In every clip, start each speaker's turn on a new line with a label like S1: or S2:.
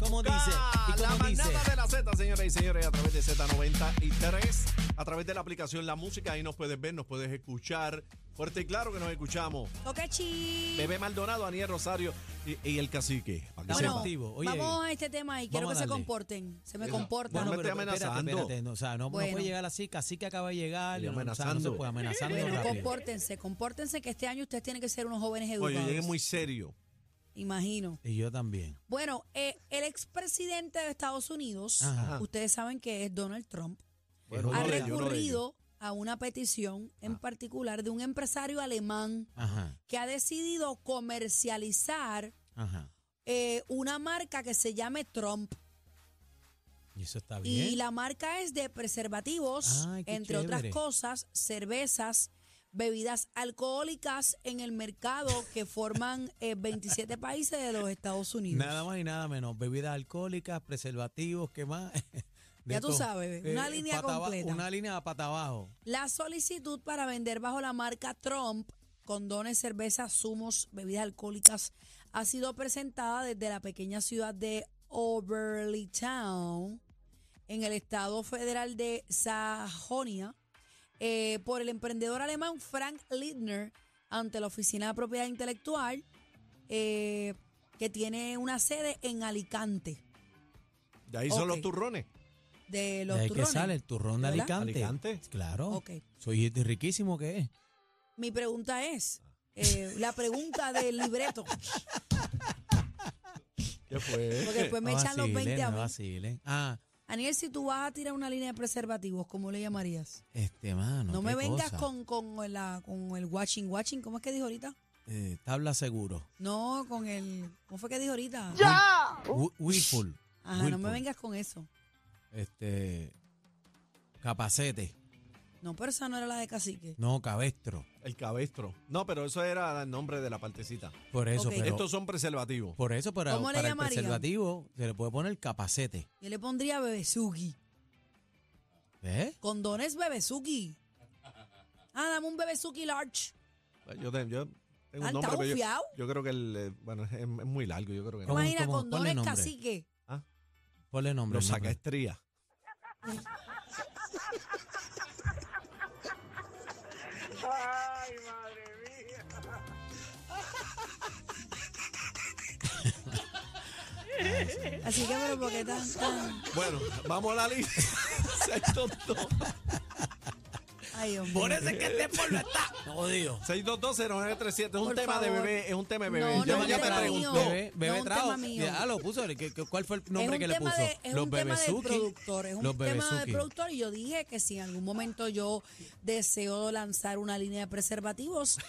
S1: ¿Cómo dice? ¿Y
S2: La
S1: cómo dice?
S2: manada de la Z, señoras y señores, a través de Z93, a través de la aplicación La Música, ahí nos puedes ver, nos puedes escuchar. Fuerte y claro que nos escuchamos.
S3: Toca chi.
S2: Bebé Maldonado, Aniel Rosario y, y el cacique. para que sepa.
S1: Estamos
S3: Bueno,
S1: activos. Oye,
S3: vamos a este tema y quiero
S1: vamos a
S3: que se
S1: darle.
S3: comporten. Se me
S2: Eso.
S3: comportan.
S2: Bueno,
S1: no,
S2: me
S1: pero
S2: estoy
S1: espérate,
S2: amenazando.
S1: espérate, no, o sea, no, no
S3: Bueno.
S1: puede llegar así, casi que acaba de llegar.
S2: Y
S1: no, no, o sea,
S2: amenazando.
S1: no se puede amenazando
S3: Bueno,
S1: rápido.
S3: compórtense, compórtense que este año ustedes tienen que ser unos jóvenes
S2: Oye,
S3: educados.
S2: llegué muy serio.
S3: Imagino.
S1: Y yo también.
S3: Bueno, eh, el expresidente de Estados Unidos,
S1: Ajá.
S3: ustedes saben que es Donald Trump,
S2: Bueno,
S3: ha
S2: uno de ellos, uno de
S3: recurrido a una petición
S2: Ah.
S3: en particular de un empresario alemán
S1: Ajá,
S3: que ha decidido comercializar
S1: ajá.
S3: eh, una marca que se llame Trump.
S1: Y eso está bien.
S3: Y la marca es de preservativos,
S1: Ay, qué
S3: entre
S1: chévere.
S3: otras cosas, cervezas, bebidas alcohólicas en el mercado que forman eh, 27 países de los Estados Unidos.
S1: Nada más y nada menos. Bebidas alcohólicas, preservativos, ¿qué más? De Eh,
S3: Ya tú sabes, bebé, una línea
S1: pata aba-
S3: completa.
S1: Una línea pata abajo.
S3: La solicitud para vender bajo la marca Trump condones, cervezas, zumos, bebidas alcohólicas ha sido presentada desde la pequeña ciudad de Oberlin Town en el estado federal de Sajonia eh, por el emprendedor alemán Frank Littner ante la Oficina de Propiedad Intelectual eh, que tiene una sede en Alicante
S2: ellos. De ahí son
S3: Ok.
S2: los turrones.
S3: de los
S1: ¿De ahí que
S3: turrones.
S1: sale? El turrón de
S3: ¿Verdad?
S1: Alicante.
S2: Alicante.
S1: Claro.
S3: Ok.
S1: Soy riquísimo que es.
S3: Mi pregunta es, eh, la pregunta del libreto.
S2: ¿Qué fue?
S3: Porque después me
S1: No
S3: echan los
S1: vacilen,
S3: 20 a
S1: no
S3: mí.
S1: vacilen. Ah,
S3: Aniel, si tú vas a tirar una línea de preservativos, ¿cómo le llamarías?
S1: este, mano.
S3: No, me
S1: qué
S3: vengas
S1: cosa.
S3: con, con, la, con el watching, watching, ¿cómo es que dijo ahorita?
S1: Eh, tabla seguro.
S3: No, con el, ¿cómo fue que dijo ahorita?
S1: Wi- Whirlpool.
S3: Ah. Ajá, no me
S1: Whirlpool.
S3: vengas con eso.
S1: Este. Capacete.
S3: No, pero esa no era la de cacique.
S1: No, cabestro.
S2: El cabestro. No, pero eso era el nombre de la partecita.
S1: Por eso,
S3: Ok.
S1: pero.
S2: Estos son preservativos.
S1: Por eso, para,
S3: ¿Cómo le
S1: para el
S3: llamarían?
S1: preservativo se le puede poner capacete.
S3: Yo le pondría bebezuki.
S1: ¿Eh?
S3: Condones bebezuki. Ah, dame un bebezuki large.
S2: Pues Yo, te- yo tengo
S3: Ah,
S2: un nombre,
S3: está
S2: pero yo,
S3: bufiao.
S2: yo creo que el, eh, bueno, es, es muy largo. Yo creo que no.
S1: ¿Cómo-
S3: Imagina,
S1: cómo? Ponle
S3: condones
S1: nombre.
S3: cacique.
S1: Ponle nombre.
S2: Los
S1: el nombre.
S2: sacaestrías.
S3: Así que, pero ¿por qué tan, tan?
S2: Bueno, vamos a la lista.
S3: Ay, Dios mío.
S1: Por eso es que este polvo está. Jodido.
S2: 6220937 es un tema
S3: Por
S2: de
S3: favor.
S2: bebé, es un tema de bebé.
S3: No,
S2: ya
S3: no,
S2: ya te
S3: tema
S2: pregunto.
S3: mío.
S1: Bebé, bebé
S3: No, un
S1: trago.
S3: tema mío.
S1: Ya lo puso. ¿Qué- qué- ¿Cuál fue el nombre
S3: es
S1: que
S3: un
S1: le
S3: tema
S1: puso?
S3: de- es
S1: los
S3: un tema del
S1: bebezuki.
S3: productor, es un
S1: los
S3: tema del
S1: bebezuki.
S3: productor y yo dije que si en algún momento yo deseo lanzar una línea de preservativos,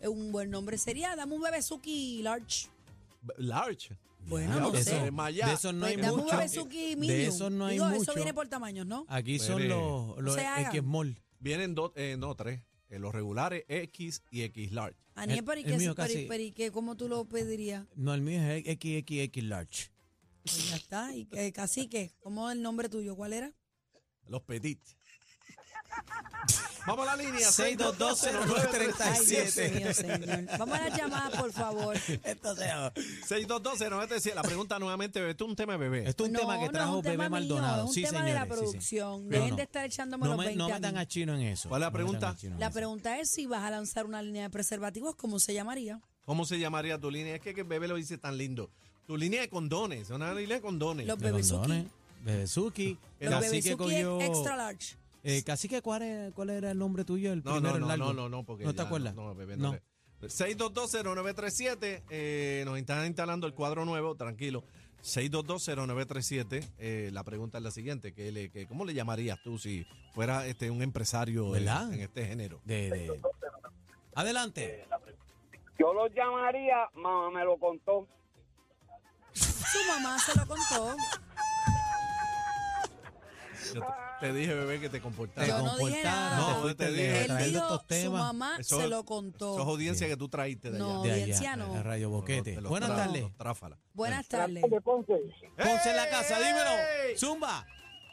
S3: eh, un buen nombre sería dame un bebezuki large.
S2: Large.
S3: Bueno,
S1: Ya,
S3: no
S1: de
S3: sé.
S1: eso-
S2: Maya.
S1: de eso no hay
S3: Pues dame un
S1: mucho.
S3: bebezuki medium.
S1: De eso no hay
S3: Digo,
S1: mucho. Ah,
S3: eso viene por tamaños, ¿no?
S1: Aquí son
S2: Espere.
S1: los, los
S3: se hagan.
S1: Esquimol.
S2: Vienen dos, eh, no, tres. Eh, los regulares, X y X large.
S3: Aniel,
S1: el-
S3: pero ¿y
S1: el
S3: qué-
S1: mío
S3: pero-
S1: casi-
S3: pero ¿y qué- ¿cómo tú lo pedirías?
S1: No, el mío es XXX Large.
S3: Pues ya está. Y que, cacique, ¿cómo es el nombre tuyo? ¿Cuál era?
S2: Los petit. vamos a la línea.
S3: Ay, Dios
S2: 6220937.
S3: mío, señor. Vamos a la llamada, por favor.
S1: Entonces, esto
S2: 6220937. La pregunta nuevamente, bebé. Tú un tema de bebé.
S1: es un
S3: No,
S1: tema que
S3: no,
S1: trajo
S3: es un
S1: Bebé
S3: tema mío,
S1: Maldonado.
S3: es un
S1: sí,
S3: tema de
S1: señores,
S3: la
S1: sí, sí.
S3: producción.
S1: No,
S3: Dejen
S1: no.
S3: de estar echándome
S1: No
S3: los
S1: me,
S3: 20
S1: no me
S3: a
S1: tan
S3: mí.
S1: a chino en eso.
S2: ¿Cuál es la
S1: No me tan
S2: pregunta?
S1: a chino en
S3: La
S1: eso.
S3: pregunta es si vas a lanzar una línea de preservativos, ¿cómo se llamaría?
S2: ¿Cómo se llamaría tu línea? Es que, que el bebé lo dice tan lindo. Tu línea de condones. Una línea de condones.
S3: Los-
S1: De
S3: Bebezuki.
S1: condones, Bebezuki.
S3: Los
S1: Así
S3: Bebezuki
S1: que cogió.
S3: extra large.
S1: Eh, casi que cuál era, cuál era el nombre tuyo, el
S2: no,
S1: primero,
S2: no,
S1: el
S2: no,
S1: largo.
S2: no, no, no, porque
S1: ¿No te
S2: ya
S1: acuerdas?
S2: No, bebé, no.
S1: No.
S2: le- 6220937, eh, nos están instalando el cuadro nuevo, tranquilo. 6220937, eh, la pregunta es la siguiente, que le, que, ¿cómo le llamarías tú si fuera este, un empresario eh,
S1: ¿Verdad?
S2: en este género?
S1: De, de- Adelante.
S4: Yo lo llamaría, mamá me lo contó.
S3: Su mamá se lo contó.
S2: Yo te, te dije, bebé, que te comportaras.
S3: Yo no dije nada.
S2: No,
S1: te fuiste
S2: te dije.
S1: lejos,
S2: Él
S3: Él
S1: trayendo
S3: dijo,
S1: estos
S3: su
S1: temas
S3: mamá
S2: Eso- Eso
S3: se lo
S2: es
S3: contó.
S2: audiencia que tú traíste de
S3: No.
S2: allá.
S3: De
S1: de
S3: audiencia,
S1: allá,
S3: no.
S1: de Radio Boquete.
S2: Te los
S1: Buenas
S2: tra-
S1: tardes.
S2: los tráfala.
S3: Buenas tardes.
S1: Ponce en la casa,
S2: ¡Ey!
S1: dímelo. Zumba.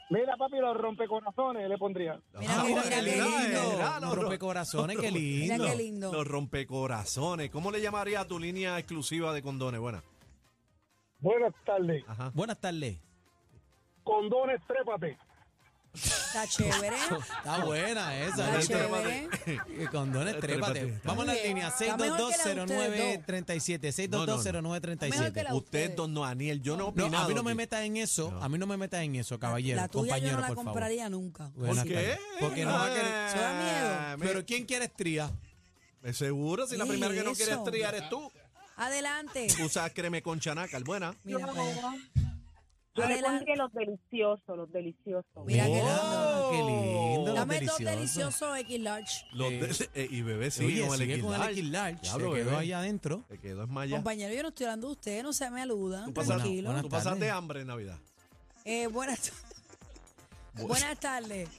S5: Mira, papi, los rompecorazones le pondría.
S3: Mira, mira, mira, qué lindo.
S2: Mira,
S1: Los rompecorazones, qué
S2: rompe-
S3: Mira
S1: lindo.
S3: qué lindo.
S2: Los rompecorazones. ¿Cómo le llamaría a tu línea exclusiva de condones? Buena.
S5: Buenas tardes.
S2: Ajá.
S1: Buenas tardes.
S5: Condones, trépate.
S3: Está chévere.
S1: Está buena esa.
S3: Está
S1: ¿viste?
S2: Trépate.
S3: chévere.
S1: Y Condones, trépate.
S2: Trépate.
S1: Vamos a la
S3: Muy bien.
S1: línea
S3: Está mejor que la de ustedes
S1: 6220937.
S3: Mejor que
S1: 6220937.
S3: la-
S2: Usted, don Noaniel, yo no he
S1: No,
S2: opinado.
S1: a mí no me
S2: aquí.
S1: metas en eso. A mí no me metas en eso, caballero.
S3: la tuya
S1: compañero,
S3: yo no la
S1: por favor.
S3: compraría nunca.
S1: Buenas
S2: ¿Por qué?
S1: tardes. Porque no va a querer.
S2: Ah,
S3: Se da
S2: mira,
S3: miedo.
S1: Pero ¿quién quiere estría?
S2: Eh, Seguro, si la
S3: Sí,
S2: primera que no
S3: eso.
S2: quiere estriar eres tú.
S3: Adelante.
S2: Usa creme con chanacal, buena.
S3: Mira, para allá.
S6: Yo le
S3: Adelante.
S6: pondría los deliciosos, los deliciosos.
S3: Mira qué
S1: Oh,
S3: lindo.
S1: qué lindo.
S3: Dame
S1: delicioso.
S3: dos deliciosos X Large.
S2: Los
S1: Eh,
S2: de- eh, y bebé sigue
S1: Oye,
S2: con el
S1: sigue con el
S2: equilar.
S1: Equilarch. Se
S2: Diablo,
S1: quedó
S2: bebé.
S1: ahí adentro.
S2: Te quedó esmayado.
S3: Compañero, yo no estoy hablando de usted, no se me aludan.
S2: Tú pasaste-
S3: Tranquilo.
S1: buenas
S2: Tú pasaste
S1: tardes.
S2: hambre en Navidad.
S3: Eh, buenas, ta- buenas tardes.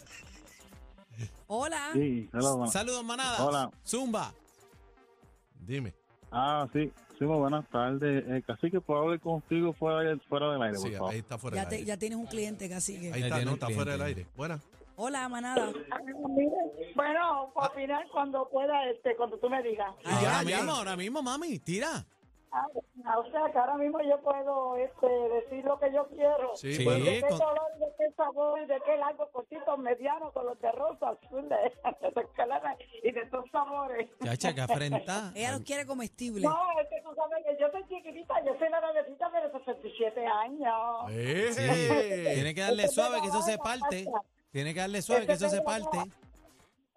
S3: Hola.
S7: Sí, hello, buenas.
S1: Saludos, manada.
S7: Hola.
S1: Zumba.
S2: Dime.
S7: Ah, sí, sí, muy buenas tardes. Eh, casi que puedo hablar contigo fuera, del- fuera del aire,
S2: Sí,
S7: por favor.
S2: ahí está fuera
S3: Ya,
S2: del
S3: te-
S2: aire.
S3: ya tienes un cliente, casi que.
S2: Ahí está,
S1: tiene
S2: no,
S1: un
S2: está
S1: cliente.
S2: fuera del aire. Buena.
S3: Hola, manada.
S8: Bueno, para opinar cuando pueda, este, cuando tú me digas.
S2: Ah, ya,
S1: ahora
S2: ya.
S1: mismo, ahora mismo, mami. Tira.
S8: Ah, O sea, que ahora mismo yo puedo este, decir lo que yo quiero.
S2: Sí,
S1: Sí.
S2: bueno.
S8: ¿De qué
S1: con-
S8: color, de qué sabor, de qué largo, cortito, mediano, color de rosa, azul, de, de escalera y de todos sabores?
S1: Chacha, que afrenta.
S3: Ella los quiere comestibles.
S8: No, es que tú sabes que yo soy chiquitita, yo soy la bebecita de los 67 años.
S2: Eh,
S1: Sí. Tiene que darle
S8: Este
S1: suave, que eso
S8: pega
S1: se
S8: baja,
S1: parte.
S8: pasa.
S1: Tiene que darle suave, que eso se
S8: pega
S1: parte.
S8: baja.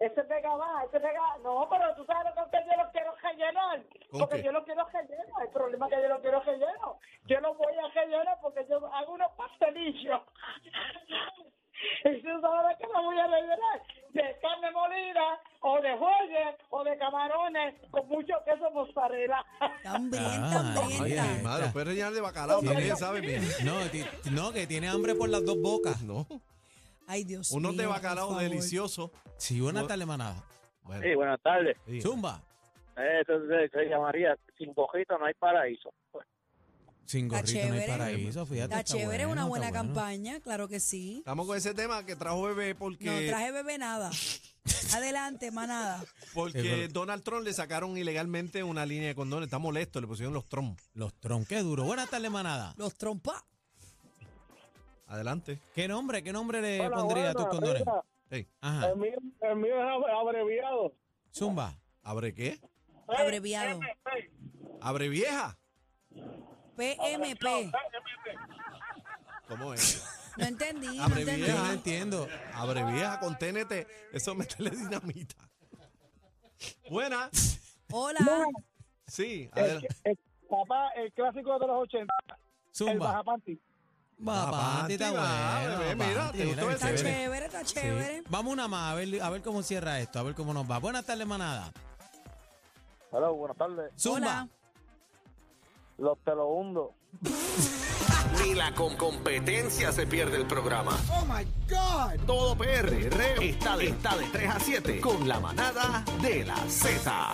S8: Ese pega baja, ese pega... No, pero tú sabes con qué yo lo quiero rellenar.
S2: ¿Con
S8: Porque
S2: qué?
S8: yo lo quiero rellenar. El problema es que yo lo quiero rellenar. Yo lo voy a rellenar porque yo hago unos pastelillos. y tú sabes que lo voy a rellenar. De carne molida, o de joyas, o de camarones, con mucho queso mozzarella.
S3: Está hambrienta,
S1: Ah,
S3: hambrienta.
S1: ahí
S2: Ay, madre,
S1: está.
S2: puedes rellenar de bacalao
S1: Sí.
S2: también, ¿sabes? Bien.
S1: No, ti- no, que tiene hambre por las dos bocas.
S2: No.
S3: Ay, Dios
S2: Unos de
S3: mío, por
S2: bacalao
S3: favor.
S2: delicioso.
S1: Sí, buena tarde, manada.
S2: Bueno.
S4: Sí, buenas tardes.
S2: sí.
S1: Zumba.
S4: Entonces se llamaría Sin Bojito no hay paraíso.
S1: Sin
S3: Está
S1: gorrito no hay
S3: chévere.
S1: paraíso, fíjate.
S3: Está chévere,
S1: bueno,
S3: una
S1: está
S3: buena
S1: bueno.
S3: campaña, claro que sí.
S2: Estamos con ese tema que trajo bebé porque,
S3: No traje bebé nada. Adelante, manada.
S2: porque
S1: Pero-
S2: Donald Trump le sacaron ilegalmente una línea de condones. Está molesto, le pusieron los Trump.
S1: Los tronques duros. Buenas tardes, manada.
S3: Los trompa.
S2: Adelante.
S1: ¿Qué nombre, qué nombre le
S5: Hola,
S1: pondría a tus
S5: buena,
S1: condones?
S5: mira,
S2: Ey,
S1: Ajá.
S8: Em,
S5: El mío, el mío es ab- abreviado.
S1: Zumba.
S2: ¿Abre qué?
S3: Abreviado.
S2: ¿Abre vieja?
S3: PMP.
S2: ¿Cómo es?
S3: No entendí, no
S2: Abre
S3: entendí.
S1: Yo no
S2: Ajá.
S1: entiendo.
S2: Abre vieja con TNT. Eso es meterle dinamita. Buena.
S3: Hola.
S2: Sí,
S5: El,
S2: adelante.
S5: el- papá, el clásico de los 80, el
S1: Zumba.
S5: bajapanti.
S1: Papá,
S2: Bajapanti,
S1: está
S2: va,
S1: bueno.
S2: bebé, mira,
S1: Bajapanti,
S2: te gustó ese.
S1: que
S3: Está
S1: chévere.
S2: Chévere.
S3: chévere, está
S1: Sí.
S3: chévere.
S1: Vamos una más, a ver, a ver cómo cierra esto, a ver cómo nos va. Buenas tardes, manada.
S7: Hello, buenas tardes.
S1: Zumba.
S3: Hola.
S7: Los te lo hundo.
S9: Ni la con competencia se pierde el programa. Oh my God. Todo PR está de, está de 3 a 7 con la manada de la Z.